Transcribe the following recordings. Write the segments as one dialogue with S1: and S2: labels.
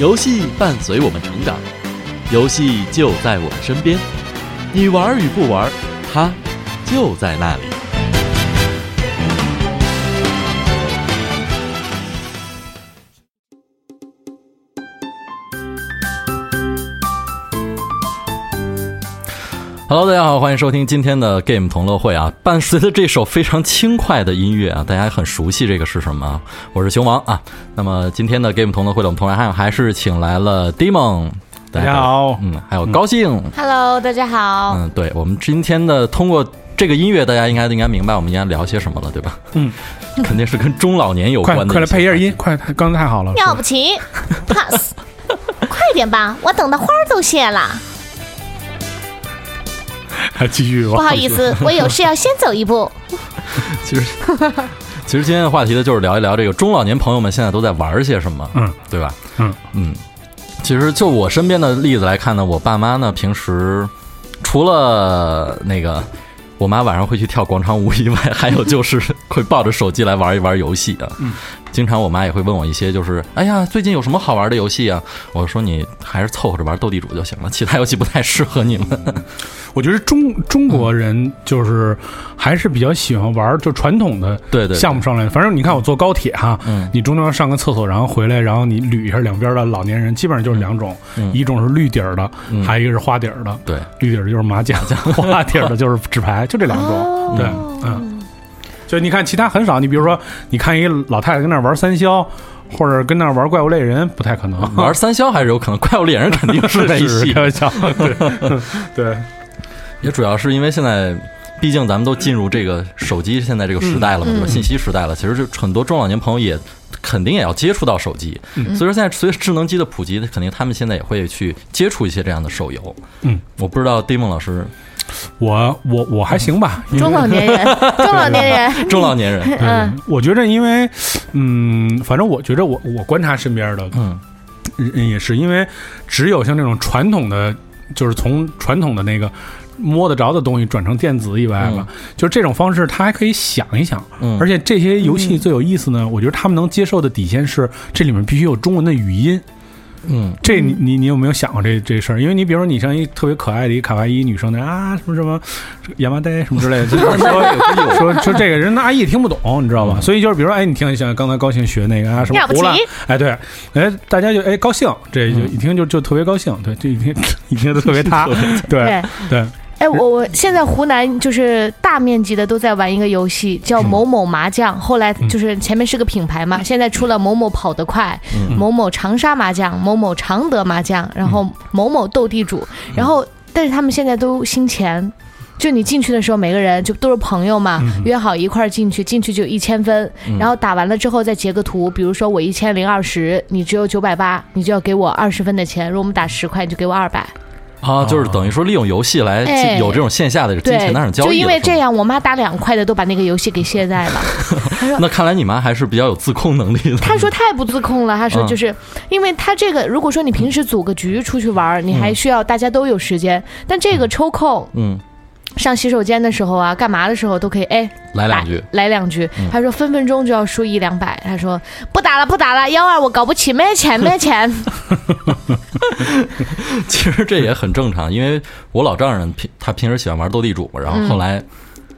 S1: 游戏伴随我们成长，游戏就在我们身边。你玩与不玩，它就在那里。Hello，大家好，欢迎收听今天的 Game 同乐会啊！伴随着这首非常轻快的音乐啊，大家很熟悉这个是什么啊？我是熊王啊。那么今天的 Game 同乐会，我们同样还还是请来了 Demon，
S2: 大家，好，
S1: 嗯，还有高兴，
S3: Hello，大家
S4: 哦
S3: 好。
S1: 嗯，对，我们今天的通过这个音乐，大家应该应该明白我们应该聊些什么了，对吧？
S2: 嗯，
S1: 肯定是跟中老年有关
S2: 快
S1: 的。
S2: 快来配一下音，，快，刚才太好了，
S3: 尿不齐 ，pass，快点吧，我等的花儿都谢了。
S2: 还继续吧。
S3: 不好意思，我有事要先走一步。
S1: 其实。其实今天的话题呢，就是聊一聊这个中老年朋友们现在都在玩些什么，
S2: 嗯，
S1: 对吧？
S2: 嗯
S1: 嗯，其实就我身边的例子来看呢，我爸妈呢平时除了那个我妈晚上会去跳广场舞以外，还有就是会抱着手机来玩一玩游戏啊。
S2: 嗯，
S1: 经常我妈也会问我一些，就是哎呀，最近有什么好玩的游戏啊？我说你还是凑合着玩斗地主就行了，其他游戏不太适合你们。
S2: 我觉得中中国人就是还是比较喜欢玩就传统的
S1: 对对，
S2: 项
S1: 目，
S2: 目上来的。反正你看我坐高铁哈，
S1: 嗯
S2: 你中间上个厕所，然后回来，然后你捋一下两边的老年人，基本上就是两种，
S1: 嗯
S2: 一种是绿底儿的，
S1: 嗯
S2: 还有一个是花底儿的。
S1: 对，
S2: 绿底儿的就是麻将， 花底儿的就是纸牌，就这两种。
S3: 哦
S2: 对，嗯，就你看其他很少，你比如说，你看一老太太跟那儿玩三消，或者跟那儿玩怪物猎人，不太 可能。
S1: 玩三消还是有可能，怪物猎人肯定是没戏
S2: 开。玩笑，对对，
S1: 也主要是因为现在，毕竟咱们都进入这个手机现在这个时代了嘛，
S3: 嗯
S1: 对吧？
S3: 嗯
S1: 信息时代了，其实就很多中老年朋友也肯定也要接触到手机，
S2: 嗯
S1: 所以说现在随着智能机的普及，肯定他们现在也会去接触一些这样的手游。
S2: 嗯，
S1: 我不知道 Dimon 老师，
S2: 我我我还行吧，因为
S3: 中老年 人，中老年人，
S1: 中老年 人，
S3: 嗯，
S2: 我觉着因为，嗯，反正我觉着我我观察身边的，
S1: 嗯
S2: 嗯，也是因为只有像这种传统的，就是从传统的那个。摸得着的东西转成电子以外了，就是这种方式，他还可以想一想。
S1: 嗯，
S2: 而且这些游戏最有意思呢，我觉得他们能接受的底线是，这里面必须有中文的语音。
S1: 嗯
S2: 这你你你有没有想过这这事儿？因为你比如说你像一特别可爱的一卡哇伊女生那啊什么什么亚麻呆 什么之类的，就是 说说说这个人那阿姨也听不懂，你知道吧？
S1: 嗯
S2: 所以就是比如说哎，你听像刚才高兴学那个啊什么
S3: 了不
S2: 胡乱
S3: 起，
S2: 哎对，哎大家就哎高兴，这就
S1: 嗯
S2: 一听就就特别高兴，对，这一听一听就特别他，对
S4: 对
S2: 对，
S4: 哎，我我现在湖南就是大面积的都在玩一个游戏，叫
S2: 嗯
S4: 某某麻将。后来
S2: 嗯
S4: 就是前面是个品牌嘛，现在出了某某跑得快、
S1: 嗯
S4: 某某长沙麻将、某某常德麻将，然
S2: 嗯
S4: 后某某斗地主，然后但是他们现在都新钱。就你进去的时候，每个人就都是朋友嘛，
S2: 嗯
S4: 约好一块儿进去，进去就一千分，
S1: 嗯
S4: 然后打完了之后再截个图，比如说我一千零二十，你只有九百八，你就要给我二十分的钱；如果我们打十块，你就给我二百。
S1: 啊，
S2: 哦
S1: 就是等于说利用游戏来
S4: 哎
S1: 有这种线下的金
S4: 对，
S1: 钱上的交易了，
S4: 就因为
S1: 是
S4: 这
S1: 吗。
S4: 样，我妈打两块的都把那个游戏给卸载 了。
S1: 那看来你妈还是比较有自控能力的。
S4: 她说太不自控了，她说
S1: 嗯
S4: 就是、因为她这个，如果说你平时组个局出去玩儿，你还需要大家都有时间，但这个抽空
S1: 嗯，
S4: 上洗手间的时候啊，干嘛的时候都可以，哎，
S1: 来两句，
S4: 来两句
S1: 嗯。
S4: 她说分分钟就要输一两百，她说不打了不打了，幺二我搞不起，没钱 没钱。
S1: 其实这也很正常，因为我老丈人平他平时喜欢玩斗地主，然后后来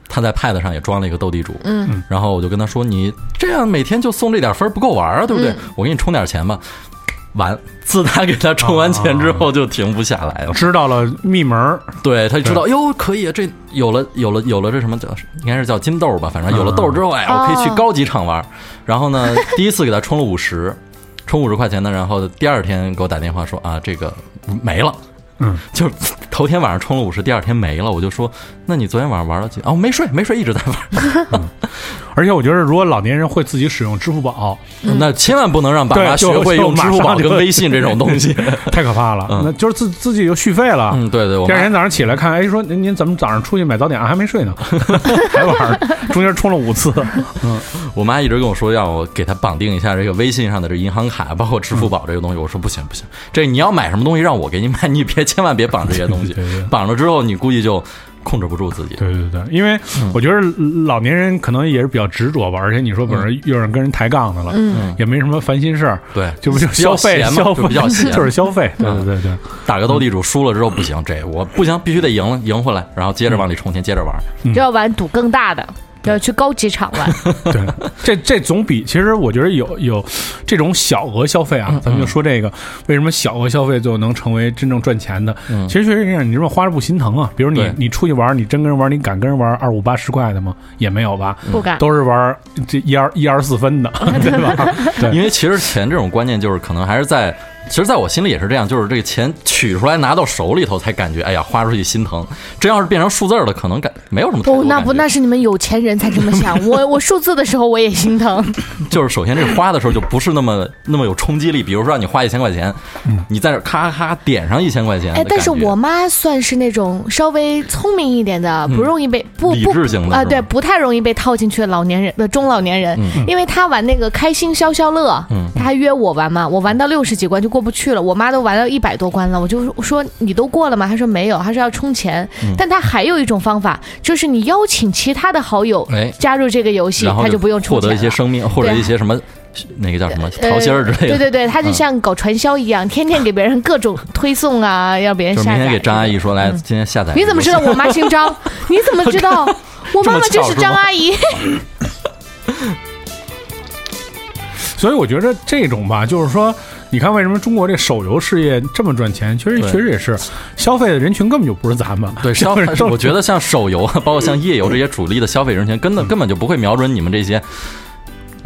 S1: 他在 Pad 上也装了一个斗地主，
S4: 嗯，
S1: 然后我就跟他说：“你这样每天就送这点分儿不够玩儿啊，对不对？我给你充点钱吧。”完，自打给他充完钱之后就停不下来了。
S2: 知道了密门儿，
S1: 对，他就知道哟，可以，啊这有了有了有了这什么叫应该是叫金豆吧，反正有了
S2: 嗯
S1: 豆之后，哎，我可以去高级场
S2: 哦
S1: 玩儿。然后 呢，第一次给他充了五十，充五十块钱呢，然后第二天给我打电话说啊，这个没了。
S2: 嗯，
S1: 就是头天晚上充了五十，第二天没了，我就说，那你昨天晚上玩了几？哦，没睡，没睡，一直在玩。
S2: 而且我觉得如果老年人会自己使用支付宝，
S1: 那千万不能让爸妈
S2: 嗯对就
S1: 学会用支付宝跟微信这种东 西。
S2: 太可怕了，
S1: 嗯
S2: 那就是自自己就续费了，
S1: 嗯，对对，我
S2: 第二
S1: 妈
S2: 天早上起来看，哎，说您您怎么早上出去买早点、啊、还没睡呢？ 还玩儿，中间充了五次。
S1: 我妈一直跟我说让我给她绑定一下这个微信上的这银行卡，包括支付宝这个
S2: 嗯
S1: 东西。我说不行不 行，这你要买什么东西让我给你买，你别千万别绑这些东西
S2: 对对对，
S1: 绑了之后你估计就控制不住自己。
S2: 对对对，因为
S1: 嗯
S2: 我觉得老年人可能也是比较执着吧，而且你说本
S1: 嗯
S2: 身又让跟人抬杠的了，
S4: 嗯，
S2: 也没什么烦心事儿，
S1: 对，
S2: 就不就
S1: 比较
S2: 消费
S1: 闲嘛
S2: 消
S1: 就
S2: 费
S1: 比较闲
S2: 就是消费，对
S1: 嗯
S2: 对对对，
S1: 打个斗地主输了之后不行，这我不行，必须得赢了，赢回来，然后接着往里充钱，接着玩。
S4: 嗯就要玩赌更大的，要去高级场玩。
S2: 对，这这总比其实我觉得有有这种小额消费啊，
S1: 嗯
S2: 咱们就说这个，为什么小额消费最后能成为真正赚钱的？
S1: 嗯
S2: 其实确实让你这么花着不心疼啊。比如你
S1: 对
S2: 你出去玩，你真跟人玩，你敢跟人玩二五八十块的吗？也没有吧，
S4: 不
S1: 嗯
S4: 敢。
S2: 都是玩这一二一二四 分的，对吧？对
S1: 因为其实钱这种观念就是可能还是在，其实在我心里也是这样，就是这个钱取出来拿到手里头才感觉，哎呀，花出去心疼。真要是变成数字儿了，可能感没有什么太多
S4: 哦，那不，
S1: 感觉
S4: 那是你们有钱人才这么想。我我数字的时候我也心疼，
S1: 就是首先这个花的时候就不是那么那么有冲击力。比如说让你花一千块钱，你在这咔咔点上一千块钱的
S4: 哎
S1: 感，觉，
S4: 但是我妈算是那种稍微聪明一点的，不容易被不
S1: 嗯理
S4: 不
S1: 智型的
S4: 啊，
S1: 是吗
S4: 对，不太容易被套进去的老年人的中老年人，
S1: 嗯
S4: 因为她玩那个开心消消乐，她还约我玩嘛，我玩到六十几关就过不去了，我妈都玩到一百多关了，我就说你都过了吗？她说没有，她说要充钱，
S1: 嗯
S4: 但她还有一种方法，就是你邀请其他的好友
S1: 哎
S4: 加入这个游戏，
S1: 然后
S4: 她就不用充
S1: 获
S4: 钱
S1: 得一些
S4: 了。啊
S1: 生命或者一些什么那个叫什么桃心儿之类
S4: 对
S1: 的。
S4: 对对，她就
S1: 嗯
S4: 像搞传销 一样，天天给别人各种推送啊，让别人
S1: 就
S4: 下
S1: 是
S4: 载。嗯
S1: 明天给张阿姨说，来，今天下载。
S4: 你怎么知道我妈姓 张？你怎么知道 我妈妈就是张阿姨？
S2: 所以我觉得这种吧，就是说，你看为什么中国这手游事业这么赚钱？其实
S1: 对
S2: 确实也是，消费的人群根本就不是咱们，
S1: 对消
S2: 消 费
S1: 费
S2: 人，
S1: 我觉得像手游啊， 包括像夜游这些主力的消费人群，根本根本就不会瞄准你们这些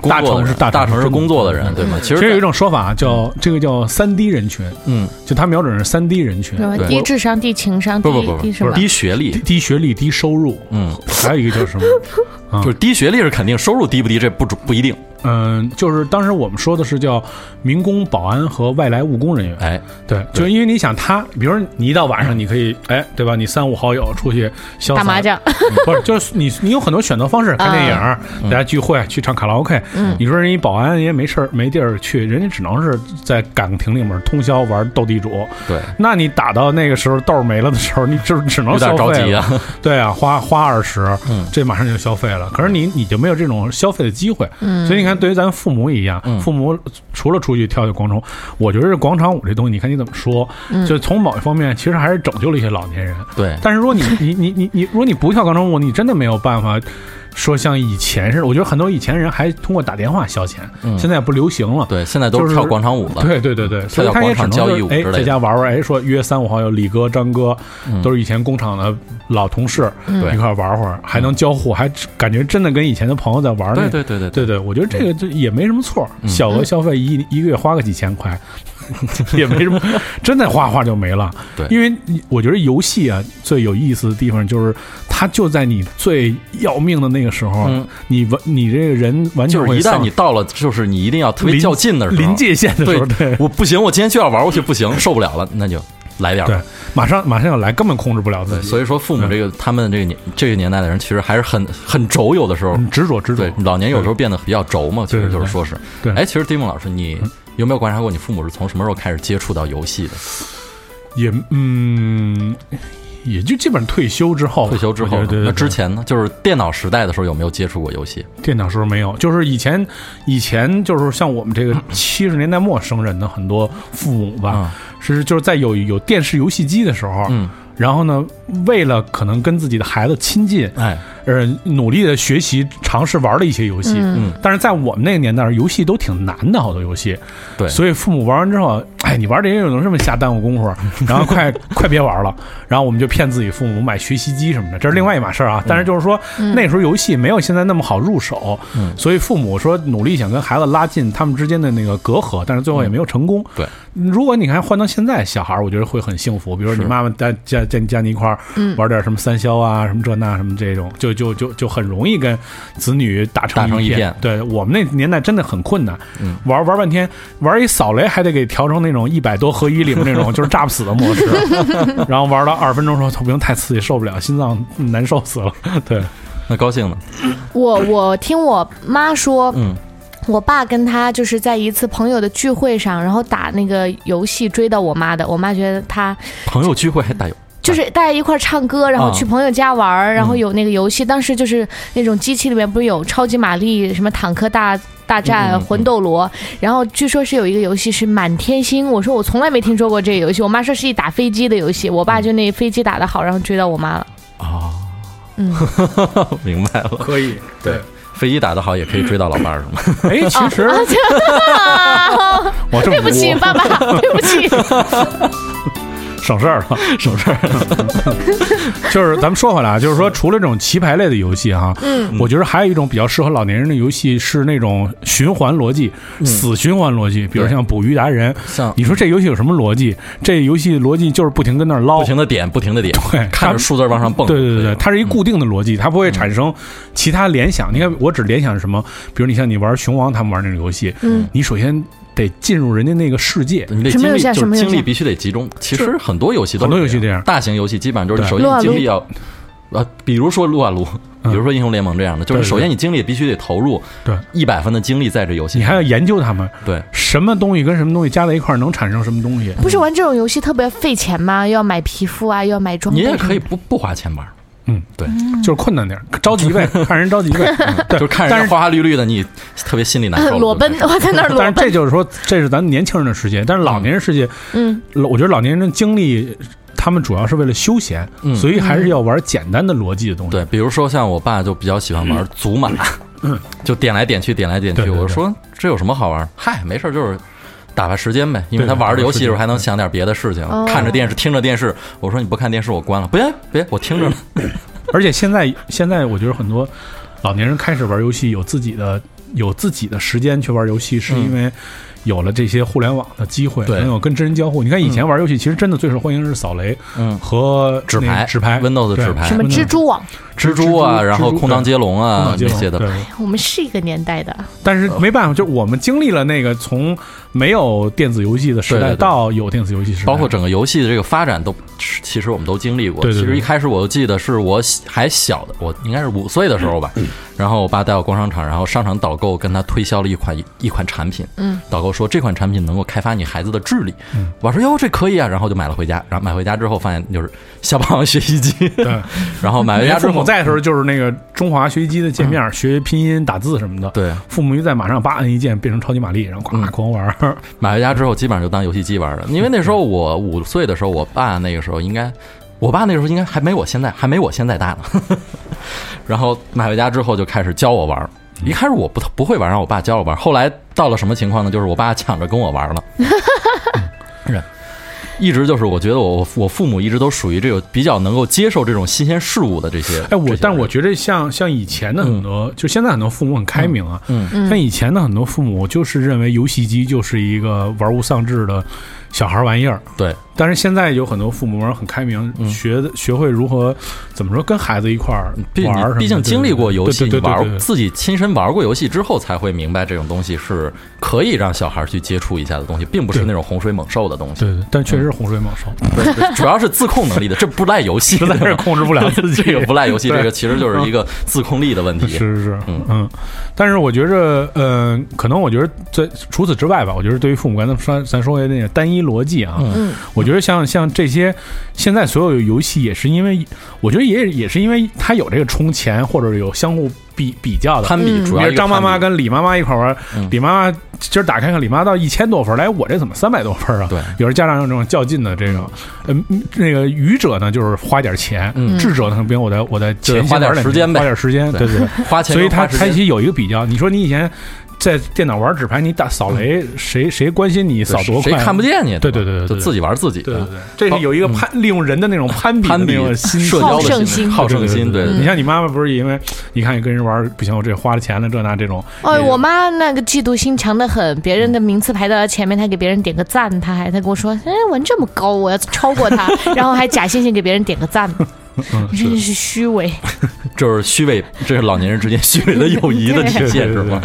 S1: 工
S2: 大
S1: 作的
S2: 城市
S1: 人
S2: 大
S1: 大
S2: 城
S1: 城
S2: 市
S1: 市工作的
S2: 工
S1: 人，对吗？其
S2: 其
S1: 实
S2: 实有一
S1: 在
S2: 种说法啊叫这个叫三低人群，
S1: 嗯，
S2: 就他瞄准是三低人群，
S4: 么
S1: 对
S4: 低智商、低情商、低
S1: 不不不不
S4: 低什
S1: 不
S4: 么
S1: 是？低学
S2: 低
S1: 历，
S2: 低学历、低收入，
S1: 嗯，
S2: 还有一个就是什 么？啊
S1: 就是低学历是肯定，收入低不低这不准不一定。
S2: 嗯，就是当时我们说的是叫民工、保安和外来务工人员。
S1: 哎，
S2: 对，就因为你想他，比如你一到晚上，你可以哎，对吧？你三五好友出去潇洒
S4: 打麻，将， 啊
S2: 不是，就是你你有很多选择方式，看电影，
S1: 嗯
S2: 大家聚会，去唱卡拉 OK。你
S4: 嗯
S2: 说人一保安人家没事儿没地儿去，人家只能是在岗亭里面通宵玩斗地主。
S1: 对，
S2: 那你打到那个时候豆儿没了的时候，你只只能
S1: 有点
S2: 消
S1: 着
S2: 费
S1: 急
S2: 了
S1: 啊。
S2: 对啊，花花二十
S1: 嗯，
S2: 这马上就消费了。可是你你就没有这种消费的机会，所以你看，对于咱父母一样，
S1: 嗯
S2: 父母除了出去跳跳广场，我觉得这广场舞这东西，你看你怎么说，
S1: 嗯
S2: 就从某一方面其实还是拯救了一些老年人。
S1: 对，
S2: 但是如 果你你你你你，如果你不跳广场舞，你真的没有办法说像以前似的。我觉得很多以前人还通过打电话消遣，
S1: 嗯
S2: 现在不流行了。
S1: 对，现在都
S2: 就是是
S1: 跳广场舞了。嗯
S2: 对对对对，所以他也只能
S1: 跳跳广场交
S2: 就
S1: 谊
S2: 是
S1: 舞
S2: 哎
S1: 之类的
S2: 在家玩玩，哎说约三五好友，李哥、张哥
S1: 嗯
S2: 都是以前工厂的老同事，
S1: 对
S2: 一块玩会儿，还能交互，还感觉真的跟以前的朋友在玩
S1: 嗯对
S2: 呢。
S1: 对对对对，
S2: 对对，我觉得这个就也没什么错，
S1: 嗯
S2: 小额消费一一个月花个几千块， 也没什么，真的花花就没了。
S1: 对
S2: 因为你我觉得游戏啊最有意思的地方就是它就在你最要命的那个时候，
S1: 嗯
S2: 你完你这个人完全
S1: 就是
S2: 会
S1: 一旦
S2: 丧
S1: 你到了，就是你一定要特别
S2: 临
S1: 较劲的时候，
S2: 临界线的时候，对
S1: 对，我不行，我今天就要玩过去，不行， 受不了了，那就来点儿吧
S2: 对。，嗯马上马上要来，根本控制不了自
S1: 对，
S2: 己，
S1: 所以说父母这个他们这个年这个年代的人，其实还是很很轴，有的时候，
S2: 嗯执着执着
S1: 对。老年有时候变得比较轴嘛，其
S2: 对
S1: 实就是
S2: 对
S1: 说是，
S2: 对嗯
S1: 哎，其实丁梦老师，你有没有观察过你父母是从什么时候开始接触到游戏的？
S2: 也嗯，也就基本上退休之后吧，
S1: 退休之
S2: 哦我觉
S1: 后
S2: 得
S1: 呢，
S2: 对对
S1: 那
S2: 对
S1: 之前呢，就是电脑时代的时候有没有接触过游戏？
S2: 电脑时候没有，就是以前以前就是像我 们这个七十年代末生人的很多父母吧，是就是在有有电视游戏机的时候，
S1: 嗯，
S2: 然后呢，为了可能跟自己的孩子亲近，
S1: 哎，
S2: 呃，努力的学习尝试玩了一些游戏，
S1: 嗯
S2: 但是在我们那个年代，游戏都挺难的，好多游戏，
S1: 对
S2: 所以父母玩完之后，哎，你玩这些有能这么瞎耽 误功夫，然后快快别玩了，然后我们就骗自己父母买学习机什么的，这是另外一码事儿啊。但是就是说、那时候游戏没有现在那么好入手，
S1: 嗯
S2: 所以父母说努力想跟孩子拉近他们之间的那个隔阂，但是最后也没有成功。
S1: 嗯对，
S2: 如果你看换到现在小孩儿，我觉得会很幸福。比如说你
S1: 是
S2: 妈妈带加加加你一块儿玩点什么三消啊，什么这那什么这种，就就就就很容易跟子女打成
S1: 打成一
S2: 片。
S1: 片
S2: 对我们那年代真的很困难，
S1: 嗯
S2: 玩玩半天，玩一扫雷还得给调成那种一百多合一里面那种就是炸不死的 模式，然后玩到二十分钟说不行太刺激受不了，心脏难受死了。对，
S1: 那高兴呢？
S4: 我我听我妈说，
S1: 嗯
S4: 我爸跟他就是在一次朋友的聚会上，然后打那个游戏追到我妈的，我妈觉得他
S1: 朋友聚会还打游，
S4: 就是大家一块儿唱歌，然后
S1: 啊嗯
S4: 去朋友家玩儿，然后有那个游戏。当时就是那种机器里面不是有超级玛丽、什么坦克大大
S1: 嗯嗯
S4: 战、
S1: 嗯
S4: 魂斗罗，然后据说是有一个游戏是满天星，我说我从来没听说过这个游戏，我妈说是一打飞机的游戏，
S1: 嗯
S4: 我爸就那飞机打得好，然后追到我妈了。
S1: 啊，
S4: 嗯，
S1: 明白了。
S2: 可以，对，
S1: 飞机打得好也可以追到老伴儿，是吗？
S2: 哎，其 实
S4: 啊
S2: 我这么
S4: 对不起，
S2: 多
S4: 爸爸，对不起。
S2: 省事儿了， 省事儿了。 就是咱们说回来啊，就是说除了这种棋牌类的游戏哈，
S4: 嗯，
S2: 我觉得还有一种比较适合老年人的游戏是那种循环逻辑、死循环逻辑，比如
S1: 嗯对
S2: 像捕鱼达人。
S1: 像
S2: 你说这游戏有什么逻辑？这游戏逻辑就是不停跟那儿捞
S1: 不，停的点，不停的点，
S2: 对，
S1: 看
S2: 它
S1: 着数字往上蹦。嗯
S2: 哦对对对对，
S1: 吧
S2: 它是一固定的逻辑，它不会产生其他联想。你看，我只联想什么？比如你像你玩熊王他们玩那种游戏，
S4: 嗯，
S2: 你首先得进入人家那个世界，
S1: 嗯你得
S4: 什么
S1: 精
S4: 游
S1: 力
S4: 戏啊
S1: 就
S4: 什
S1: 是
S4: 么游
S1: 精
S4: 戏
S1: 力
S4: 啊
S1: 必须得集中。其实很多游戏都
S2: 很多游戏
S1: 这
S2: 这样
S1: 大型游戏基本上就是
S2: 对
S1: 首先
S4: 撸啊
S1: 你精
S4: 撸
S1: 力要，呃，比如说撸啊撸，比
S2: 嗯
S1: 如说英雄联盟这样的，就是
S2: 对对
S1: 首先你精力必须得投入
S2: 对
S1: 一百分的精力在这游戏
S2: 你
S1: 上，
S2: 还要研究他们
S1: 对
S2: 什么东西跟什么东西加在一块儿能产生什么东西。
S4: 不是玩这种游戏特别费钱吗？又要买皮肤啊，又要买装
S1: 你
S4: 备。
S1: 也可以，不不花钱玩。
S2: 嗯，
S1: 对，
S2: 就是困难点儿，着急 呗，看人着急呗。对，
S1: 就是看着
S2: 但
S1: 人
S2: 是
S1: 家花花绿绿的，你特别心里难受了。
S4: 裸奔，我在 那儿
S2: 但
S4: 裸
S2: 是这
S4: 奔。
S2: 就是说，这是咱们年轻人的世界，但是老年人世界，
S4: 嗯，
S2: 老我觉得老年人的精力，他们主要是为了休闲，
S1: 嗯
S2: 所以还是要玩简单的逻辑的东西。
S1: 对，比如说像我爸就比较喜欢玩祖玛， 就点来点去，点来点去。
S2: 嗯对对对
S1: 我说这有什么好玩？嗨，没事儿，就是打发时间呗。因为他
S2: 对
S1: 玩着游戏的时候
S2: 打发时间
S1: 还能想点别的事情，
S4: 哦
S1: 看着电视，听着电视。我说你不看电视，我关了。别别，我听着呢。
S2: 而且现在现在我觉得很多老年人开始玩游戏，有自己的有自己的时间去玩游戏，是因为有了这些互联网的机会，
S1: 嗯对
S2: 能有跟真人交互。你看以前玩游戏，其实真的最受欢迎是扫雷
S1: 嗯，
S2: 和
S1: 纸
S2: 那
S1: 牌
S2: 纸牌、
S1: Windows
S2: 对
S1: 纸牌
S4: 什么蜘蛛网？
S1: 蜘蛛啊，然后空当接龙
S2: 空
S1: 啊
S2: 档接
S1: 那
S2: 龙
S1: 些的，嗯
S2: 对
S4: 我们是一个年代的。
S2: 但是没办法，就我们经历了那个从没有电子游戏的时
S1: 对对
S2: 代
S1: 对
S2: 到有电子游戏时代，
S1: 包括整个游戏的这个发展都，其实我们都经历过。
S2: 对对对
S1: 其实一开始我就记得是我小还小的，我应该是五岁的时候吧。然后我爸带我逛商场，然后商场导购跟他推销了一款一款产品。
S4: 嗯，
S1: 导购说这款产品能够开发你孩子的智力。
S2: 嗯
S1: 我说哟，这可以啊，然后就买了回家。然后买回家之后发现就是小霸王学习机。
S2: 对，
S1: 然后买回
S2: 人
S1: 家
S2: 家
S1: 之
S2: 父母
S1: 后，嗯
S2: 在的时候就是那个中华学习机的界面，学拼音、打字什么的。
S1: 对，
S2: 父母一在，马上叭摁一键变成超级玛丽，然后
S1: 嗯
S2: 咵狂玩儿。
S1: 买回家之后基本上就当游戏机玩了。因为那时
S2: 嗯
S1: 候我五岁的时候，我爸那个时候应该，我爸那时候应该还没我现在还没我现在大呢。 然后买回家之后就开始教我玩儿。
S2: 嗯
S1: 一开始我不不会玩，让我爸教我玩儿。后来到了什么情况呢？就是我爸抢着跟我玩 儿了。是，一直就是我觉得我我我父母一直都属于这个比较能够接受这种新鲜事物的这些。
S2: 哎，我
S1: 这些
S2: 但
S1: 人
S2: 我觉得像像以前的很多，就现在很多父母很开明啊。
S1: 嗯
S2: 像以前的很多父母就是认为游戏机就是一个玩物丧志的小孩玩意儿，
S1: 对
S2: 但是现在有很多父母玩很开明，
S1: 嗯
S2: 学学会如何怎么说跟孩子一块儿
S1: 毕
S2: 玩儿什么的
S1: 毕竟经历过游戏，
S2: 对对
S1: 你
S2: 对对
S1: 玩
S2: 对
S1: 过
S2: 对
S1: 自己亲身玩过游戏之后，才会明白这种东西是可以让小孩去接触一下的东西，并不是
S2: 对
S1: 那种洪水猛兽的东西。
S2: 对对，但确实是洪水猛兽，
S1: 对，对 主要是自控能力的，这不赖游戏，
S2: 实在是控 制不了自 己，
S1: 这个不赖游戏，
S2: 对
S1: 这个其实就是一个自控力的问题。
S2: 是是是，
S1: 嗯
S2: 但是我觉着，呃，可能我觉得在除此之外吧，我觉得对于父母刚才说咱说的那个单一逻辑啊，
S1: 嗯
S2: 我觉得像像这些现在所有游戏也是因为，我觉得也也是因为它有这个充钱或者有相互比比较的。
S1: 攀比
S4: 嗯
S1: 主
S2: 比
S1: 要
S2: 如
S1: 一个
S2: 张妈妈
S1: 攀比
S2: 跟李妈妈一块玩，
S1: 嗯
S2: 李妈妈今儿打开看李妈到一千多分儿，来我这怎么三百多分儿啊？
S1: 对
S2: 有时候家长有这种较劲的这种，嗯，那个愚者呢就是花点钱，
S1: 嗯
S2: 智者呢可能比如我在我在前
S1: 花
S2: 线
S1: 点
S2: 玩
S1: 时间呗
S2: 花点时间，
S1: 对
S2: 对 对对，
S1: 花钱
S2: 所
S1: 跟
S2: 以
S1: 花
S2: 他
S1: 时
S2: 他
S1: 间，
S2: 其实有一个比较，你说你以前在电脑玩纸牌，你打扫雷，谁谁关心你扫多
S1: 嗯谁
S2: 快？啊
S1: 看不。见你？
S2: 对对对对对
S1: 就自己玩自己
S2: 对
S1: 的
S2: 对对，这是有一个攀利用人的那种攀比的
S1: 嗯攀比
S2: 那种心
S1: 社交的
S4: 好胜心
S1: 好胜心，对
S2: 对。你像你妈妈不是因为你看你跟人玩不行，我这花了钱了这那这种，
S4: 哎，
S2: 嗯
S4: 我妈那个嫉妒心强得很，别人的名次排到前面，她给别人点个赞，她还她跟我说，哎，我这么高，我要超过 她，然后还假惺惺给别人点个赞，
S1: 嗯
S4: 真是虚 伪。
S1: 就是虚伪，这是老年人之间虚伪的友谊的体
S2: 对
S1: 现，
S2: 对
S1: 是
S2: 对
S1: 吗？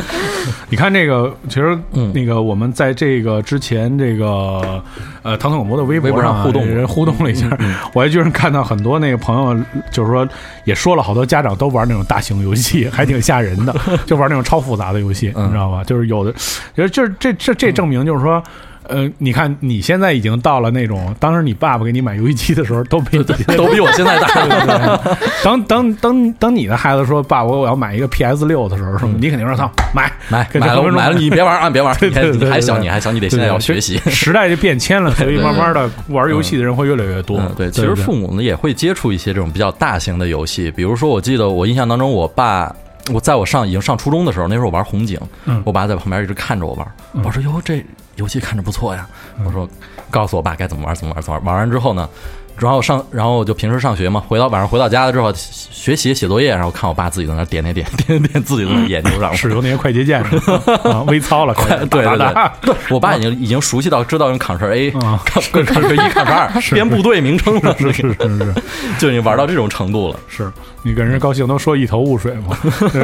S2: 你看这个，其实
S1: 嗯
S2: 那个我们在这个之前，这个呃，唐宋广播的微
S1: 微博
S2: 博
S1: 上
S2: 啊
S1: 互动嗯
S2: 有人互动了一下，我还居然看到很多那个朋友，就是说也说了好多家长都玩那种大型游戏，还挺吓人 的，就玩那种超复杂的游戏，
S1: 嗯
S2: 你知道吧？就是有的，就是就是这这这证明就是说。呃，你看你现在已经到了那种，当时你爸爸给你买游戏机的时候都比你
S1: 都比我现 在大。
S2: 当当当当你的孩子说爸，我我要买一个 PS 六的时候，是吗
S1: 嗯
S2: 你肯定让他买
S1: 买
S2: 跟
S1: 买
S2: 小
S1: 了
S2: 朋友说
S1: 买了，你别玩啊，别玩！
S2: 对
S1: 你
S2: 对
S1: 还
S2: 对对
S1: 你还小，
S2: 对
S1: 你还小，你得
S2: 对
S1: 现在要
S2: 对
S1: 学习。
S2: 时代就变迁了，所 以
S1: 对
S2: 慢慢的玩游戏的人会越来越多
S1: 嗯，。对，其实父母呢也会接触一些这种比较大型的游戏，比如说，我记得我印象当中，我爸。我在我上已经上初中的时候，那时候我玩红警，
S2: 嗯
S1: 我爸在旁边一直看着我玩。
S2: 嗯
S1: 我说：“哟，这游戏看着不错呀。”我说：“告诉我爸该怎么玩，怎么玩，怎么玩。”玩完之后呢，然后上，然后我就平时上学嘛，回到晚上回到家了之后，学习写作业，然后看我爸自己在那儿点点点点点，自己在那儿眼睛上。
S2: 使用那些快捷键 是 吧啊，微操了，快
S1: 对对
S2: 哒哒
S1: 对，我爸已经已经熟悉到知道用 Ctrl A、
S2: 嗯
S1: Ctrl Ctrl 一、Ctrl 二编部队名称了，
S2: 哒是是是是
S1: 就已经玩到这种程度了。
S2: 是，你跟人高兴都说一头雾水嘛。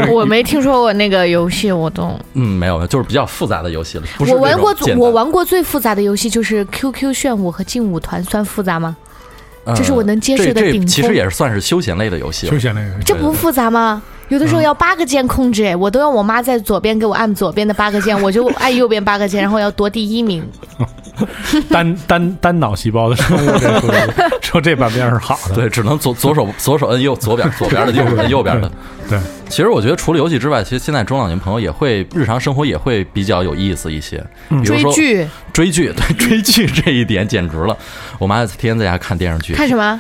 S4: 我没听说过那个游戏，我都
S1: 嗯，没有，没有，就是比较复杂的游戏了。不是
S4: 我玩过
S1: 这种简单
S4: 我玩过最复杂的游戏就是 QQ 炫舞和劲舞团，算复杂吗？
S1: 呃
S4: 这是我能接受的
S1: 这
S4: 顶
S1: 这
S4: 峰
S1: 其实也是算是休闲类的游戏了
S2: 休。闲那个，
S4: 这不复杂吗？有的时候要八个键控制，哎，我都让我妈在左边给我按左边的八个键，我就按右边八个键，然后要夺第一名。
S2: 单单单脑细胞的生物，这属 于说这半边是好的。
S1: 对，只能左左手左手摁右左边左边的右手摁右边的。
S2: 对，
S1: 其实我觉得除了游戏之外，其实现在中老年朋友也会日常生活也会比较有意思一些，比如
S4: 追
S1: 说
S4: 剧
S1: 追剧，对追剧这一点简直了。我妈天天在家看电视剧，
S4: 看什么？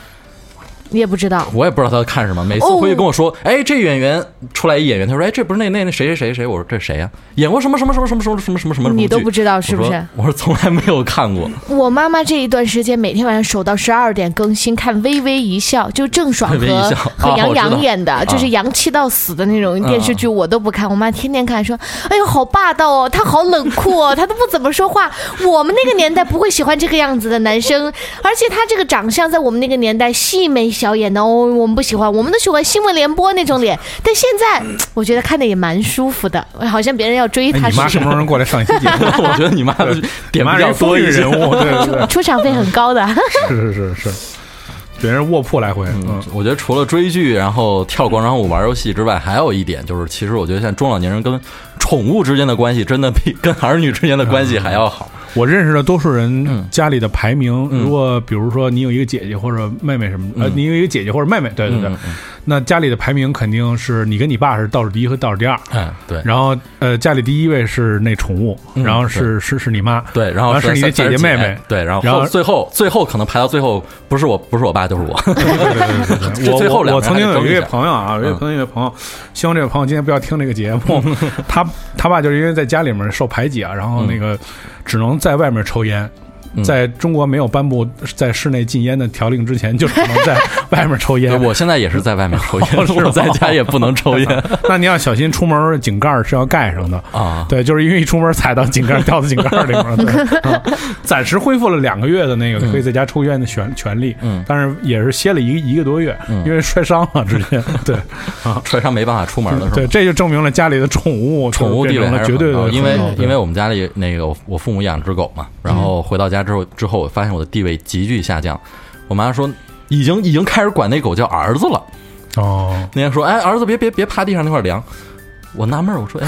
S4: 你也不知道。
S1: 我也不知道她看什么，每次
S4: 哦
S1: 回去跟我说：“哎，这演员出来一演员。”她说：“哎，这不是那那那谁谁谁谁？”我说：“这谁呀、演过什么什么什么什么什么什么什么什么什么剧？”
S4: 你都不知道是不
S1: 我
S4: 是
S1: 说？我说从来没有看过，
S4: 我妈妈这一段时间每天晚上守到十二点更新，看《微微一笑》，就郑爽
S1: 微微一
S4: 和
S1: 笑啊
S4: 和杨
S1: 我知道啊嗯
S4: 洋演的，就是洋气到死的那种电视剧，我都不看。我妈天天看，说：“哎呦，好霸道哦，他好冷酷哦，他都不怎么说话。我们那个年代不会喜欢这个样子的男生，而且他这个长相在我们那个年代细眉小眼的哦，我们不喜欢，我们都喜欢新闻联播那种脸。但现在我觉得看的也蛮舒服的，好像别人要
S2: 哎，
S4: 追他
S2: 你
S4: 似
S2: 妈
S4: 的
S2: 什。么时候能过来上一期节目？
S1: 我觉得你妈的
S2: 你
S1: 点
S2: 妈
S1: 比
S2: 是一
S1: 较
S2: 风
S1: 多
S2: 云
S1: 一些
S2: 人。物，对对对，
S4: 出场费很高的，
S2: 是是是是，给人卧铺来回，嗯，
S1: 我觉得除了追剧，然后跳广场舞、玩游戏之外，还有一点就是，其实我觉得现在中老年人跟宠物之间的关系，真的比跟儿女之间的关系还要好。
S2: 我认识的多数人家里的排名，
S1: 嗯
S2: 如果比如说你有一个姐姐或者妹妹什么，呃，
S1: 嗯
S2: 你有一个姐姐或者妹妹，对对对，
S1: 嗯
S2: 那家里的排名肯定是你跟你爸是倒数第一和倒数第二，
S1: 嗯，对
S2: 然后呃，家里第一位是那宠物，
S1: 嗯
S2: 然后是是是你妈，
S1: 对，然后
S2: 是你的姐姐妹妹，
S1: 对，然后
S2: 然后
S1: 最后最后可能排到最后，不是我，不是我爸就是我。
S2: 对对对对对
S1: 这
S2: 我
S1: 最后两
S2: 我
S1: 个
S2: 我曾经
S1: 还得
S2: 有
S1: 争
S2: 一
S1: 一
S2: 位
S1: 下
S2: 朋友啊，有一位
S1: 嗯
S2: 朋友，有一位朋友，希望这位朋友今天不要听这个节目。他他爸就是因为在家里面受排挤啊，然后那个只能在外面抽烟。
S1: 嗯
S2: 在中国没有颁布在室内禁烟的条令之前，就只能在 外面抽烟。
S1: 我现在也是在外面 抽烟，
S2: 哦是吗
S1: 我在家也不能抽 烟
S2: 那你要小心，出门井盖是要盖上的。
S1: 啊。
S2: 对，就是因为一出门踩到井盖，掉到井盖里面 了。对，啊暂时恢复了两个月的那个可以在家抽烟的权权利，
S1: 嗯
S2: 但是也是歇了一个一个多月，因为摔伤了，直接对。
S1: 摔伤没办法出门了，是吧？
S2: 对，这就证明了家里的宠物
S1: 宠物地
S2: 变
S1: 位
S2: 成
S1: 还
S2: 了
S1: 是
S2: 绝对
S1: 很高
S2: 的，嗯
S1: 因为因为我们家里那个我我父母养只狗嘛，然后回到家之后之后，我发现我的地位急剧下降。我妈说已经已经开始管那狗叫儿子了。
S2: 哦，
S1: 那天说，哎，儿子别别别趴地上那块凉。我纳闷儿，我说，哎。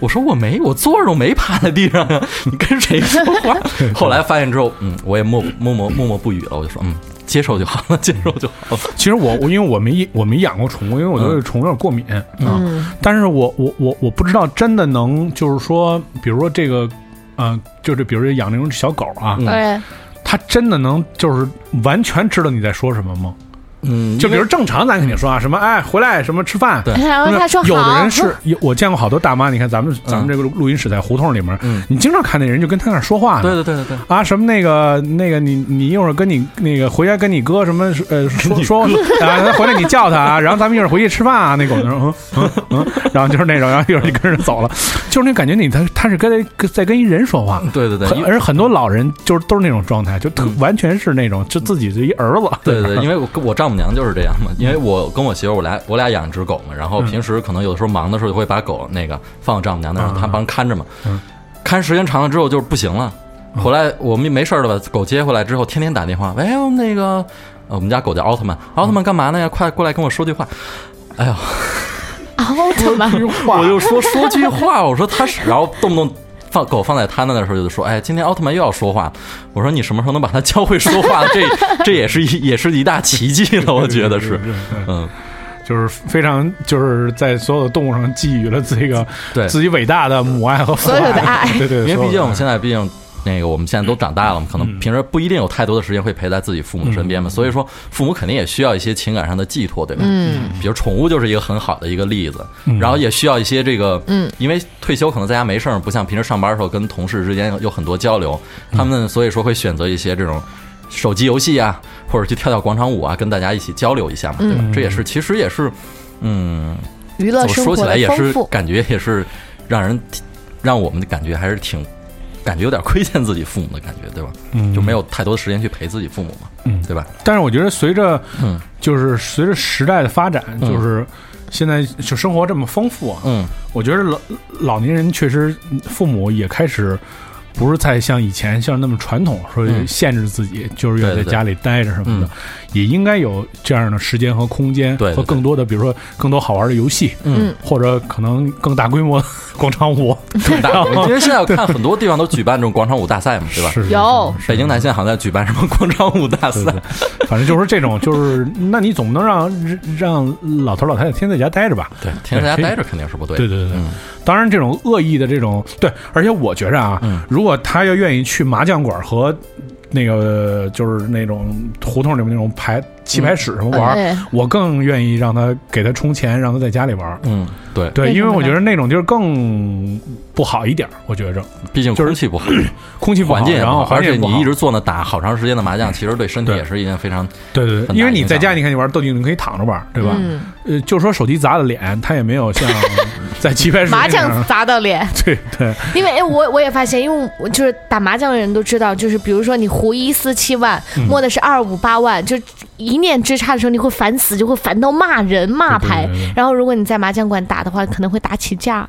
S1: 我说我没，我坐着都没趴在地上啊！你跟谁说 话？后来发现之后，嗯，我也默默默默默不语了。我就说，嗯，接受就好了，接受就好了。
S2: 其实我我因为我没我没养过宠物，因为我
S1: 嗯
S2: 对宠物有点过敏啊，
S4: 嗯，
S2: 但是我我我我不知道真的能就是说，比如说这个，嗯，就是比如说养那种小狗啊，
S1: 嗯
S4: 哎，
S2: 它真的能就是完全知道你在说什么吗？
S1: 嗯，
S2: 就比
S1: 因
S2: 如
S1: 为
S2: 正常咱肯定说啊，什么哎回来什么吃饭，
S1: 对
S4: 然后他说
S2: 有的
S4: 好
S2: 人是，有我见过好多大妈，你看咱们咱们这个录录音室在胡同里面，
S1: 嗯
S2: 你经常看那人就跟他那儿说话呢，
S1: 对对对对对，
S2: 啊，什么那个那个你你一会儿跟你那个回家跟你哥什么呃说说啊，他回来你叫他啊，然后咱们一会儿回去吃饭啊，那狗就说嗯嗯嗯，然后就是那种，然后一会儿就跟人走了，就是那感觉你他他是跟在跟一人说话。
S1: 对对对，
S2: 很
S1: 因为
S2: 而很多老人就是都是那种状态，就特、
S1: 嗯
S2: 完全是那种，就自己的一儿子。
S1: 对嗯对，因为我跟我丈母娘就是这样嘛，因为我跟我媳妇儿，我俩我俩养只狗嘛，然后平时可能有的时候忙的时候就会把狗那个放我丈母娘那儿，
S2: 嗯
S1: 让她帮看着嘛
S2: 嗯。
S1: 看时间长了之后就是不行了，回来我们没事儿了把狗接回来之后，天天打电话，喂，我们那个呃我们家狗叫奥特曼，奥特曼干嘛呢呀？快过来跟我说句话。哎呦，
S4: 奥特曼，
S1: 我就说说句话，我说他是，然后动不动。放狗放在他那的时候，就说：“哎，今天奥特曼又要说话。”我说：“你什么时候能把它教会说话？这这也是一也是一大奇迹了，我觉得是。”嗯，
S2: 就是非常就是在所有的动物上寄予了这个
S1: 对
S2: 自己伟大的母爱和父
S4: 所有的爱
S2: 对对，
S1: 因为
S2: 所有的
S1: 毕竟我
S2: 爱
S1: 们现在毕竟那个我们现在都长大了嘛，可能平时不一定有太多的时间会陪在自己父母的身边嘛，所以说父母肯定也需要一些情感上的寄托，对吧？
S4: 嗯，
S1: 比如宠物就是一个很好的一个例子，
S2: 嗯
S1: 然后也需要一些这个，
S4: 嗯，
S1: 因为退休可能在家没事儿，不像平时上班的时候跟同事之间有很多交流，他们所以说会选择一些这种。手机游戏啊，或者去跳跳广场舞啊，跟大家一起交流一下嘛，
S4: 嗯
S1: 对吧？这也是，其实也是，嗯，
S4: 娱乐
S1: 怎么
S4: 生
S1: 说
S4: 活
S1: 起来
S4: 的
S1: 也是
S4: 丰富。
S1: 感觉也是让人挺让我们的感觉还是挺感觉有点亏欠自己父母的感觉，对吧？
S2: 嗯
S1: 就没有太多的时间去陪自己父母嘛，
S2: 嗯
S1: 对吧？
S2: 但是我觉得随着
S1: 嗯
S2: 就是随着时代的发展，
S1: 嗯
S2: 就是现在就生活这么丰富啊，
S1: 嗯
S2: 我觉得老老年人确实嗯父母也开始。不是再像以前像那么传统，说
S1: 嗯
S2: 限制自己，就是要
S1: 对对
S2: 在
S1: 对
S2: 家里待着什么的，也应该有这样的时间和空间，
S1: 对对
S2: 和更多的，比如说更多好玩的游戏，
S1: 嗯。
S2: 或者可能更大规模的广场舞，
S1: 更大，因为现嗯在我看很多地方都举办这种广场舞大赛嘛，对吧？
S2: 是
S4: 有
S1: 北京南线好像在举办什么广场舞大赛
S2: 对，对，反正就是这种，就是那你总不能让让老头老太太天天在家待着吧？
S1: 对，天天在家待着肯定是不对的。
S2: 对对对对
S1: 嗯
S2: 当然，这种恶意的这种对，而且我觉着啊，
S1: 嗯
S2: 如果他要愿意去麻将馆和那个就是那种胡同里面那种牌棋牌室什么
S1: 嗯
S2: 玩儿，
S4: 哎
S2: 我更愿意让他给他充钱，让他在家里玩儿。
S1: 嗯，对，
S2: 对，
S4: 为什
S2: 因为
S4: 么
S2: 我
S4: 呢
S2: 觉得那种地儿更不好一点儿，我觉着
S1: 毕竟
S2: 就是
S1: 空气不好，
S2: 空气不好
S1: 环境也不
S2: 然后
S1: 好，
S2: 环
S1: 而
S2: 境
S1: 且
S2: 也不
S1: 你
S2: 好
S1: 一直坐那打好长时间的麻将，其实对身体
S2: 对
S1: 也是一件非常
S2: 对对
S1: 很大
S2: 对，因为你在
S1: 影
S2: 家
S1: 响
S2: 你看你玩斗地主，你可以躺着玩儿，对吧？
S4: 嗯，
S2: 呃，就说手机砸了脸，他也没有 像在棋牌室
S4: 麻
S2: 那样
S4: 将砸到脸，
S2: 对对，
S4: 因为哎我我也发现，因为我就是打麻将的人都知道，就是比如说你胡一四七万，
S2: 嗯
S4: 摸的是二五八万，就一念之差的时候，你会烦死，就会烦到骂人骂
S2: 对对
S4: 牌
S2: 对对。
S4: 然后如果你在麻将馆打的话，可能会打起架。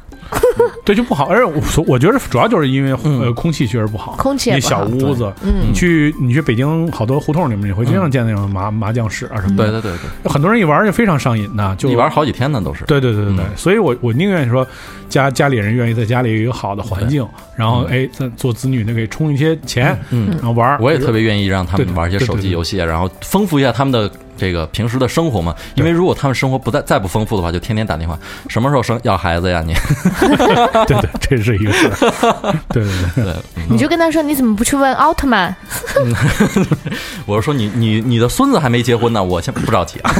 S2: 对就不好。而且我所我觉得主要就是因为
S1: 嗯
S2: 呃空气确实不好，
S4: 空气也
S2: 你
S4: 不好
S2: 小屋子，
S4: 嗯
S2: 你去你去北京好多胡同里面，你会经常见那种麻麻将室啊什么
S1: 对
S2: 的，
S1: 对对嗯对，
S2: 很多人一玩就非常上瘾的，就
S1: 你玩。好几天呢都是。
S2: 对对对对对，
S1: 嗯
S2: 所以我我宁愿说家家里人愿意在家里有一个好的环境，然后哎，咱做子女的给充一些钱，
S1: 嗯
S2: 然后玩儿。
S1: 我也特别愿意让他
S2: 对
S1: 们
S2: 对
S1: 玩一些
S2: 对对
S1: 手机
S2: 对
S1: 游戏，啊然后丰富一下他们的这个平时的生活嘛。因为如果他们生活不再再不丰富的话，就天天打电话，什么时候生要孩子呀你？
S2: 对对，这是一个事儿。对对对，
S1: 对，
S4: 你就跟他说，你怎么不去问奥特曼？
S1: 我是说你你你的孙子还没结婚呢，我先不着急啊。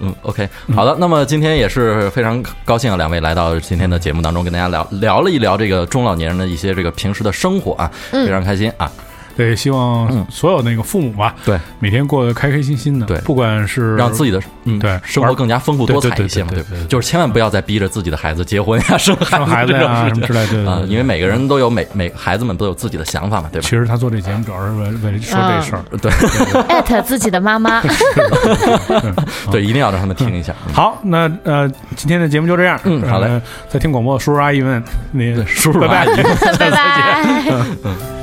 S1: 嗯，OK，好的，那么今天也是非常高兴啊，两位来到今天的节目当中，跟大家聊聊了一聊这个中老年人的一些这个平时的生活啊，非常开心啊。
S2: 对，希
S1: 嗯
S2: 望所有那个父母吧，
S1: 对，
S2: 每天过得开开心心的，
S1: 对
S2: 不管是
S1: 让自己的嗯
S2: 对
S1: 生活更加丰富多彩一些嘛，
S2: 对对对对
S1: 不
S2: 对对对
S1: 就是千万不要再逼着自己的孩子结婚呀、生孩
S2: 生孩
S1: 子
S2: 子
S1: 这种
S2: 呀
S1: 事
S2: 什
S1: 情
S2: 么之类的对
S1: 啊，
S2: 对
S1: 因
S2: 对。
S1: 为每个人都有每每孩子们都有自己的想法嘛，对吧
S2: 其？实他做这节目主要是为为了说这事儿。
S1: 对
S4: 艾特自己的妈 妈。
S1: 对，一定要让他们听一下。嗯
S2: 好，那呃，今天的节目就这样。
S1: 嗯好嘞
S2: 呃在听广播的叔叔阿姨们，那
S1: 对叔叔
S2: 拜
S1: 阿
S2: 拜
S1: 姨。
S4: 拜拜。